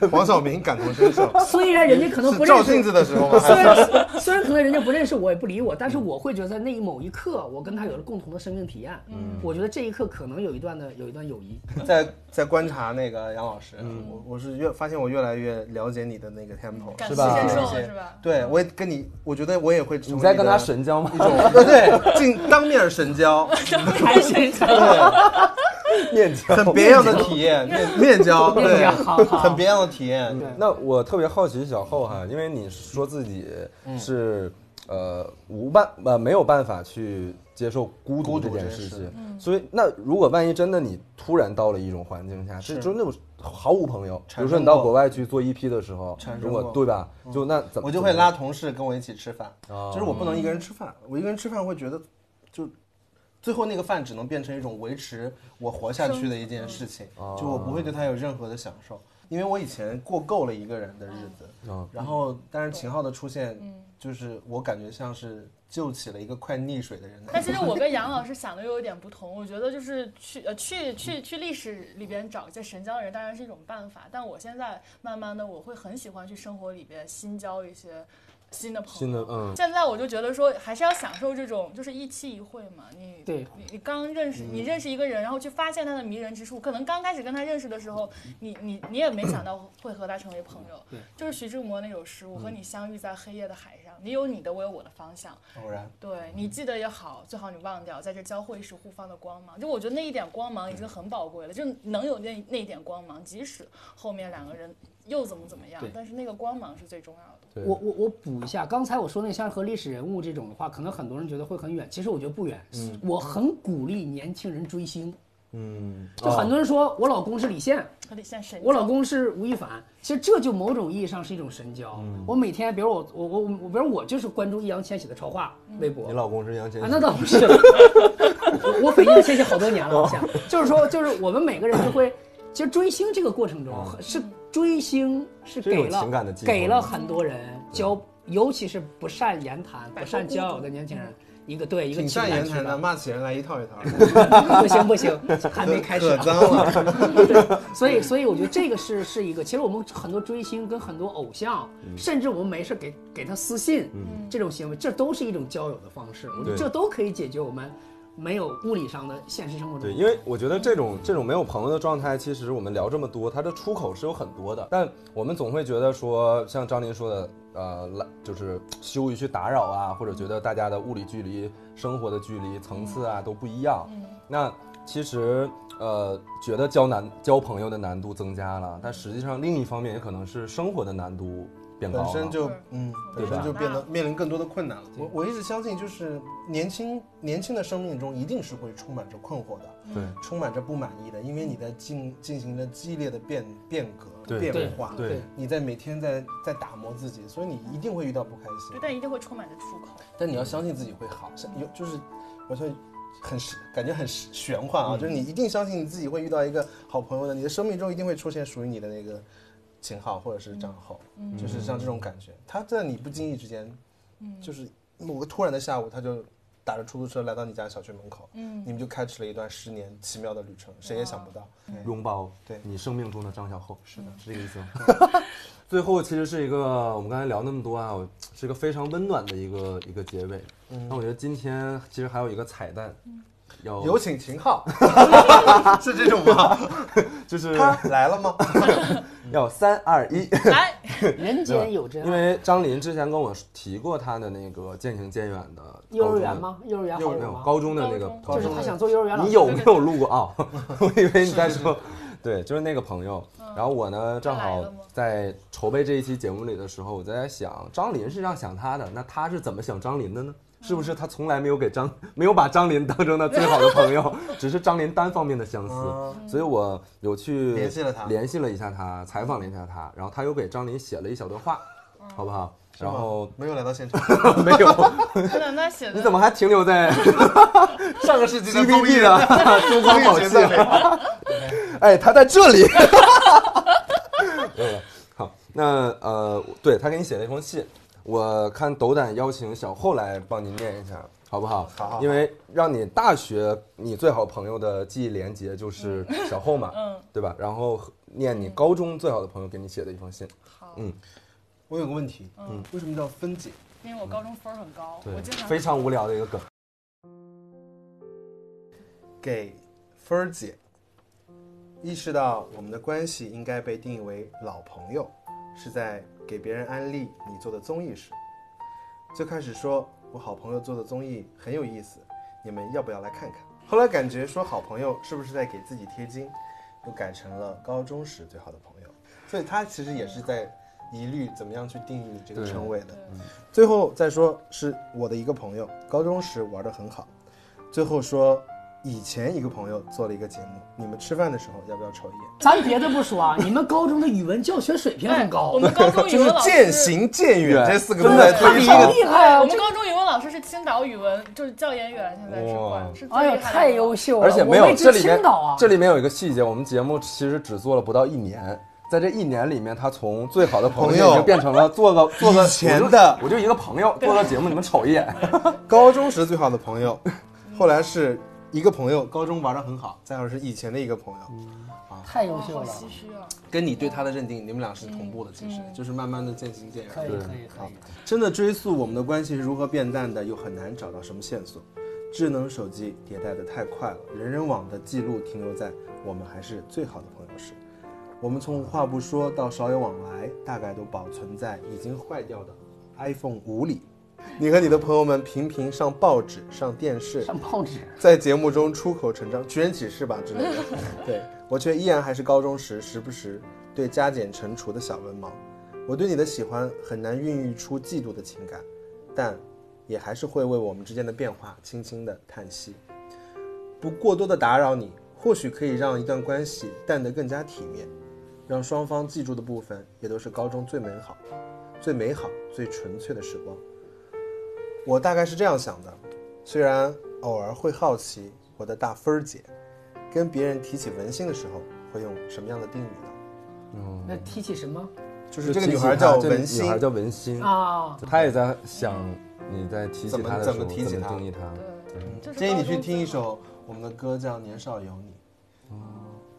跟 黄晓明感同身受，虽然人家可能不是认照识镜子的时候 吗？虽 然虽然可能人家不认识我，也不理我，但是我会觉得在那一某一刻，我跟他有了共同的生命体验。嗯，我觉得这一刻可能有一段的有一段友 谊。在在观察那个杨老师，啊我我是越发现我越来越了解你的那嗯个 tempo，感是同吧身一受些是吧？对，我也跟你，我觉得我也会成为你在跟他 的神交吗？一种，对对，进当面 神交，还是对，面交。很别样的体验，面面交，面对交好，好很别样的体验，对那我特别好奇小后哈，因为你说自己嗯是、呃无办呃没有办法去接受孤孤独这独件这件事事嗯情，所以那如果万一真的你突然到了一种环境下，就是就那种毫无朋友，比产生如说你到过国外去做 EP 的时候产，生如果过嗯对吧，就那怎么我就会拉同事跟我一起吃饭，哦就是我不能一个人吃饭，我一个人吃饭会觉得，就最后那个饭只能变成一种维持我活下去的一件事情，就我不啊会对他有任何的享受，因为我以前过够了一个人的日子，哦然后但是秦昊的出现，嗯就是我感觉像是救起了一个快溺水的人 的但其实我跟杨老师想的又有点不同，我觉得就是去呃去去去历史里边找一些神交的人，当然是一种办法。但我现在慢慢的，我会很喜欢去生活里边新交一些新的朋友。新的嗯现在我就觉得说，还是要享受这种就是一期一会嘛。你对你你刚认嗯识你认识一个人，然后去发现他的迷人之处。可能刚开始跟他认识的时候，你你你也没想到会和他成为朋友。就是徐志摩那首诗：“嗯我和你相遇在黑夜的海上，你有你的，我有我的方向。”偶然。对你记得也好，最好你忘掉，在这交汇时互放的光芒。就我觉得那一点光芒已嗯经很宝贵了，就能有那那一点光芒，即使后面两个人又怎么怎么样对，但是那个光芒是最重要的。对我我我补一下，刚才我说那像和历史人物这种的话，可能很多人觉得会很远，其实我觉得不远。我很鼓励年轻人追星，嗯，就很多人说我老公是李现，可得像神交，我老公是吴亦凡，其实这就某种意义上是一种神交。嗯我每天，比如我我我我，比如我就是关注易烊千玺的超话微博，嗯你老公是杨千啊，玺那倒不是，我 我粉易烊千玺好多年了，好像就是说，就是我们每个人就会，其实追星这个过程中是追星是是一种给了情感的寄托给了很多人交，尤其是不善言谈、不善交友的年轻人一个对一个情挺善感言去谈的，吧，骂起人来一 套一套的，不行不行，还没开始可啊。脏了。所以，所以我觉得这个是是一个，其实我们很多追星跟很多偶像，嗯甚至我们没事给给他私信，这种行为，这都是一种交友的方式。我觉得对这都可以解决我们没有物理上的现实生活中。对，因为我觉得这种这种没有朋友的状态，其实我们聊这么多，它的出口是有很多的，但我们总会觉得说，像张琳说的，呃，懒就是羞于去打扰啊，或者觉得大家的物理距离、生活的距离、层次啊都不一样。那其实呃，觉得交男交朋友的难度增加了，但实际上另一方面也可能是生活的难度变高了。本身就对嗯，对本吧身就变得面临更多的困难了。我我一直相信，就是年轻年轻的生命中一定是会充满着困惑的，对充满着不满意的，因为你在进进行着激烈的变变革、对变化，对对你在每天在在打磨自己，所以你一定会遇到不开心对，。但一定会充满着出口。但你要相信自己会好，像有就是，我说很神感觉很神玄幻啊，就是你一定相信你自己会遇到一个好朋友的，你的生命中一定会出现属于你的那个秦昊或者是张浩，就是像这种感觉，他在你不经意之间，就是某个突然的下午，他就打着出租车来到你家小区门口，你们就开启了一段十年奇妙的旅程，谁也想不到。拥抱对你生命中的张小厚，是的，是这个意思吗？ 最后其实是一个我们刚才聊那么多啊，我是一个非常温暖的一个一个结尾。嗯那我觉得今天其实还有一个彩蛋，要有请秦 昊，是这种吗？ 就是他来了 吗？要三二一。嗯来，人间有真因爱。为张琳之前跟我提过她的那个渐行渐远的幼高中的儿园？吗？幼儿园好幼友儿没有，吗？高中的那个高高中就中是的他想做幼儿园老师。你有没有录过啊？ 我以为你在说， 对，就是那个朋友。然后我呢，正嗯他来好了吗在筹备这一期节目里的时候，我在想，张琳是这样想他的，那他是怎么想张琳的呢？是不是嗯他从来没有给张没有把张琳当成他最好的朋友， 只是张琳单方面的相啊似？ 所以我有去联系了他联系了一下他，采访了一下他，然后他又给张琳写了一小段话，嗯好不好？然后 没有来到现场，没有， 我等他写的。你怎么还停留在 上个世纪 G 的 B 综 B 艺的珠光宝气？哎，他在这 里。没有了好，那呃，对他给你写了一封信，我看斗胆邀请小后来帮您念一下，好不好？好好好因为让你大学你最好朋友的记忆连结就是小后嘛， 嗯对吧？然后念你高中最好的朋友给你写的一封信，好，嗯我有个问题，嗯，为什么叫分解？因为我高中分儿很高，我经常非常无聊的一个梗。给芬儿姐意识到我们的关系应该被定义为老朋友，是在给别人安利你做的综艺时，最开始说我好朋友做的综艺很有意思，你们要不要来看看？后来感觉说好朋友是不是在给自己贴金，又改成了高中时最好的朋友，所以他其实也是在疑虑怎么样去定义你这个对称谓的对。最后再说是我的一个朋友，高中时玩的很好，最后说以前一个朋友做了一个节目，你们吃饭的时候要不要抽一烟？咱别的不说啊，你们高中的语文教学水平很哎我高，啊们 高中语就文是老师渐行渐远这四个字真在的推太理好了厉害啊！我们这高中语文老师是青岛语文，就是教研员，现在是哇管是最哎呦，厉害的太优秀了！而且没我有为之这里面倾倒啊，这里面有一个细节，我们节目其实只做了不到一年，在这一年里面，他从最好的朋友朋已友经变成了做 个做个以前我就的我就一个朋友做个节目，你们 瞅一眼。高中时最好的朋友，后来是一个朋友，高中玩的很好，再后是以前的一个朋友，嗯太哇优秀好了，唏嘘啊！跟你对他的认定，你们俩是同步的，其实就是慢慢的渐行渐嗯可以远。可以可以。真的追溯我们的关系是如何变淡的，又很难找到什么线索。智能手机迭代的太快了，人人网的记录停留在我们还是最好的朋友时。我们从无话不说到少有往来，大概都保存在已经坏掉的 iPhone 五里。你和你的朋友们频频上报纸、上电视，上报纸，在节目中出口成章，寻人启事吧之类的。对我却依然还是高中时，时不时对加减乘除的小文盲。我对你的喜欢很难孕育出嫉妒的情感，但也还是会为我们之间的变化轻轻的叹息。不过多的打扰你，或许可以让一段关系淡得更加体面，让双方记住的部分也都是高中最美好、最美好、最纯粹的时光。我大概是这样想的，虽然偶尔会好奇我的大芬儿姐，跟别人提起文心的时候会用什么样的定语呢？那提起什么就是这个女孩叫这个文心女，孩叫文心，啊？她也在想你在提起怎么她的时怎候么提起怎么她定义她。这是建议你高中去听最一首我们的歌叫《年少有你》。哦嗯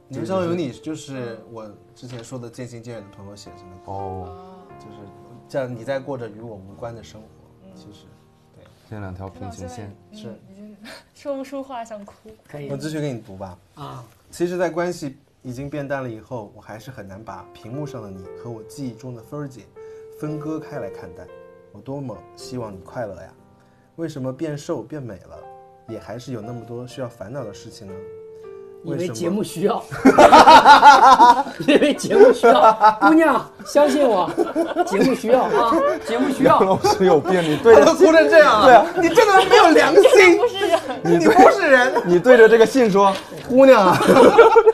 年少有你就是我之前说的渐行渐远的朋友写成的歌，哦，啊就是这样你在过着与我无关的生活。其实，这两条平好行线，嗯是已经说不出话，想哭。可以我继续给你读吧。啊，其实，在关系已经变淡了以后，我还是很难把屏幕上的你和我记忆中的芬儿姐分割开来看待。我多么希望你快乐呀！为什么变瘦变美了，也还是有那么多需要烦恼的事情呢？因为为什节么目需 要，因为节目需要，姑娘相信我，节目需要 啊，节目需要。老师有病，你对 着哭成这样了，啊你这个人没有良 心，不是人，你不是人。你对着这个信说，姑娘啊，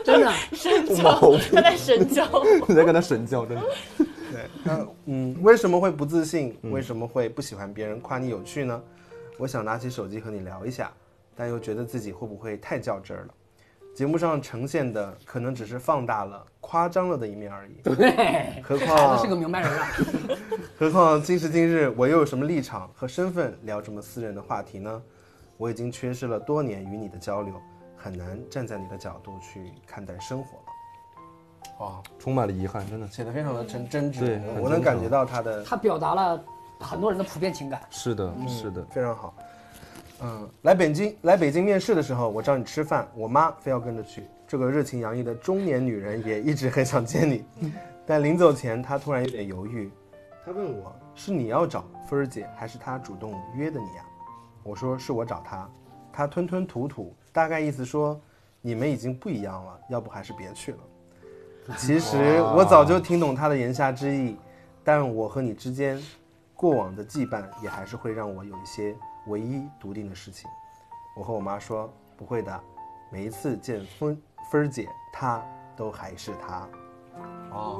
真的，神毛交病，他在神交。你在跟他神交，真的。嗯，为什么会不自信？为什么会不喜欢别人夸你有趣呢？我想拿起手机和你聊一下，但又觉得自己会不会太较真儿了？节目上呈现的可能只是放大了、夸张了的一面而已。对，何这孩子 是个况，明白人啊，何况今时今日，我又有什么立场和身份聊这么私人的话题呢？我已经缺失了多年与你的交流，很难站在你的角度去看待生活了。哇，充满了遗憾，真的写的非常的真真对挚，很我真我能感诚觉到他的他表达了很多人的普遍情感。是的，是的。 非常好。嗯，来北京来北京面试的时候，我找你吃饭，我妈非要跟着去。这个热情洋溢的中年女人也一直很想见你，但临走前她突然有点犹豫，她问我是你要找芬儿姐，还是她主动约的你呀、我说是我找她，她吞吞吐吐，大概意思说你们已经不一样了，要不还是别去了。其实我早就听懂他的言下之意，但我和你之间过往的羁绊也还是会让我有一些唯一笃定的事情。我和我妈说不会的，每一次见芬芬儿姐，她都还是她。哦，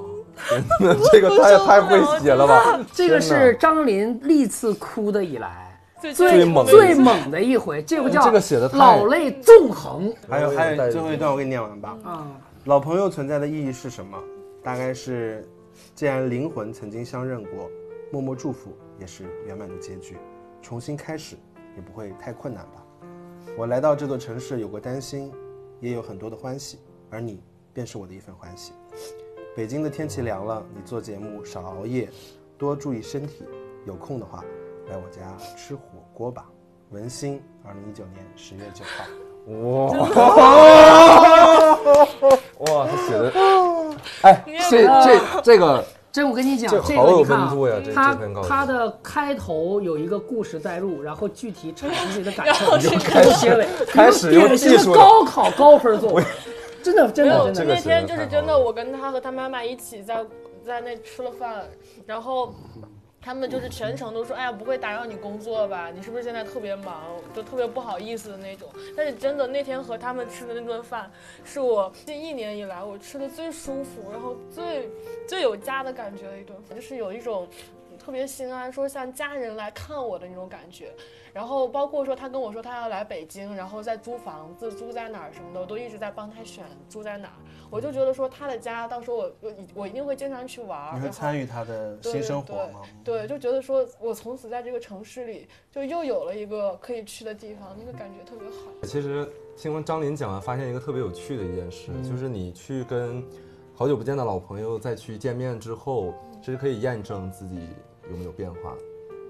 那这个太太会写了吧？ 这个天是张琳历次哭的以来最最猛的一最次猛的一回，这个叫这个写得太老泪纵横还有我也还带有着最后一段我给你念完吧。啊，老朋友存在的意义是什么？大概是，既然灵魂曾经相认过，默默祝福，也是圆满的结局，重新开始也不会太困难吧。我来到这座城市，有过担心，也有很多的欢喜，而你便是我的一份欢喜。北京的天气凉了，你做节目少熬夜，多注意身体。有空的话，来我家吃火锅吧。文心，二零一九年十月九号。哇，哇，他写的， 哎，这这这个，真，我跟你讲，这这好个有你看温度呀啊这，它这篇稿子它的开头有一个故事带入，然后具体阐述自己的 感然后受，这个然后结尾， 开始用典型技术的了高考高分 作文，真的真没的有，真的这个那写天得太就是好真的，了我跟他和他妈妈一起在在那吃了饭，然后他们就是全程都说，哎呀，不会打扰你工作吧？你是不是现在特别忙，就特别不好意思的那种。但是真的那天和他们吃的那顿饭，是我这一年以来我吃的最舒服，然后最最有家的感觉的一顿饭，就是有一种。特别心安，说像家人来看我的那种感觉，然后包括说他跟我说他要来北京，然后再租房子，租在哪儿什么的，我都一直在帮他选租在哪儿。我就觉得说他的家，到时候我我我一定会经常去玩儿，你会参与他的对新对生活对吗？对，就觉得说我从此在这个城市里就又有了一个可以去的地方，那个感觉特别好。其实听完张琳讲完，发现一个特别有趣的一件事，就是你去跟好久不见的老朋友再去见面之后，其实可以验证自己有没有变化。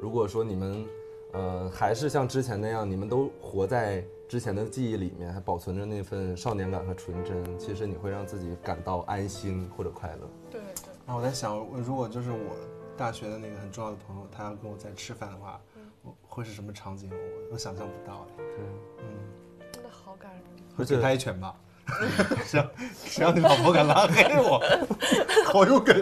如果说你们，呃，还是像之前那样，你们都活在之前的记忆里面，还保存着那份少年感和纯真，其实你会让自己感到安心或者快乐。对对，然后我在想，我如果就是我大学的那个很重要的朋友，他要跟我在吃饭的话，嗯我会是什么场景？我我想象不到哎。嗯，真的好感人。而会且给他一拳吧。 谁让谁让你老婆敢拉黑我？ 好入梗。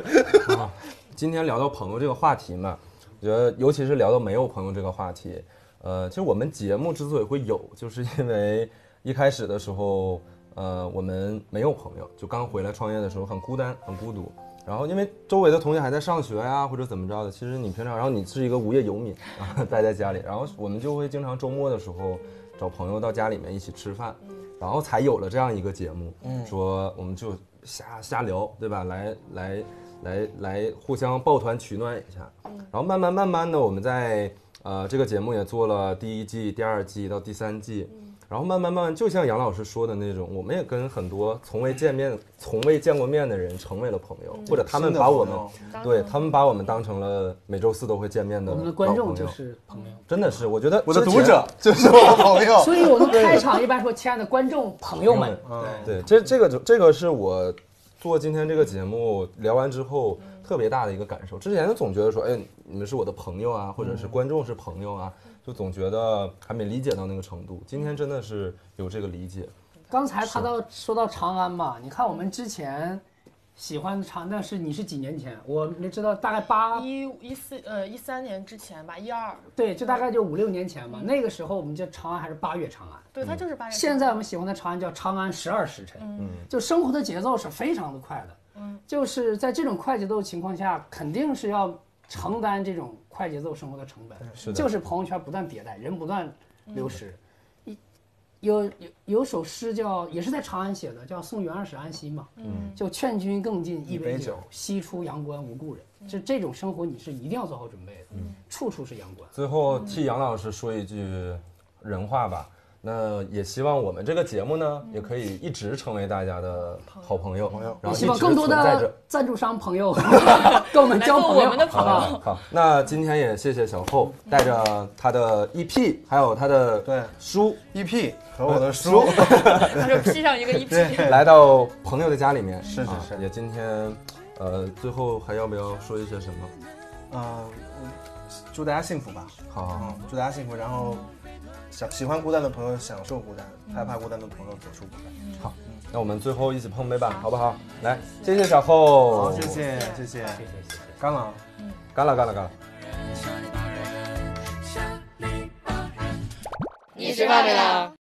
今天聊到朋友这个话题嘛，我觉得尤其是聊到没有朋友这个话题，呃，其实我们节目之所以会有，就是因为一开始的时候，呃，我们没有朋友，就刚回来创业的时候很孤单、很孤独。然后因为周围的同学还在上学呀、或者怎么着的，其实你平常，然后你是一个无业游民啊，待在家里，然后我们就会经常周末的时候找朋友到家里面一起吃饭，然后才有了这样一个节目，嗯说我们就瞎瞎聊，对吧？来来来来，互相抱团取暖一下。然后慢慢慢慢的，我们在呃这个节目也做了第一季、第二季到第三季，然后慢慢慢慢，就像杨老师说的那种，我们也跟很多从未见面、从未见过面的人成为了朋友，或者他们新的把朋我们友当对然他们把我们当成了每周四都会见面的我们的老观众朋就友是朋友，真的是，我觉得 我的之前读者就是我的朋友。所以我们开场一般说亲爱的观众朋友们， 嗯，对，这这个就这个是我做今天这个节目聊完之后嗯特别大的一个感受。之前总觉得说，哎，你们是我的朋友啊，或嗯者是观众是朋友啊，就总觉得还没理解到那个程度。今天真的是有这个理解， 刚才他到说到长安嘛，你看我们之前喜欢长，那是你是几年前？我没知道，大概八 一一四呃一三年之前吧，一二，对，就大概就五六年前嘛。那个时候我们叫长安还是八月长安，对嗯他就是八月份。现在我们喜欢的长安叫长安十二时辰，嗯，就生活的节奏是非常的快的，嗯，就是在这种快节奏的情况下，肯定是要承担这种快节奏生活的成本，是的就是朋友圈不断迭代，人不断流失。一有有有首诗叫，也是在长安写的，叫《送元二使安西》嘛，嗯，就劝君更尽一杯一杯酒酒，西出阳关无故人。就这种生活，你是一定要做好准备的，处处是阳关。最后嗯替杨老师说一句人话吧。那也希望我们这个节目呢，嗯也可以一直成为大家的好朋友，然我后希一望直更存多在着的。赞助商朋 友跟我们交来做朋我友们的。朋友。好，好，那今天也谢谢小厚带着他的 EP，还有他的对 E 书， EP 和我的书，他就披上一 个一披。来到朋友的家里面，是是是也今天，呃，最后还要不要说一些什么？嗯，祝大家幸福吧。好，嗯，祝大家幸福。然后，想喜欢孤单的朋友享受孤单，害怕孤单的朋友走出孤单。那我们最后一起碰杯吧，好不好？来，谢谢小厚，好，谢，谢谢谢，谢谢谢谢。干了。干了干了干了。你吃饭没啦？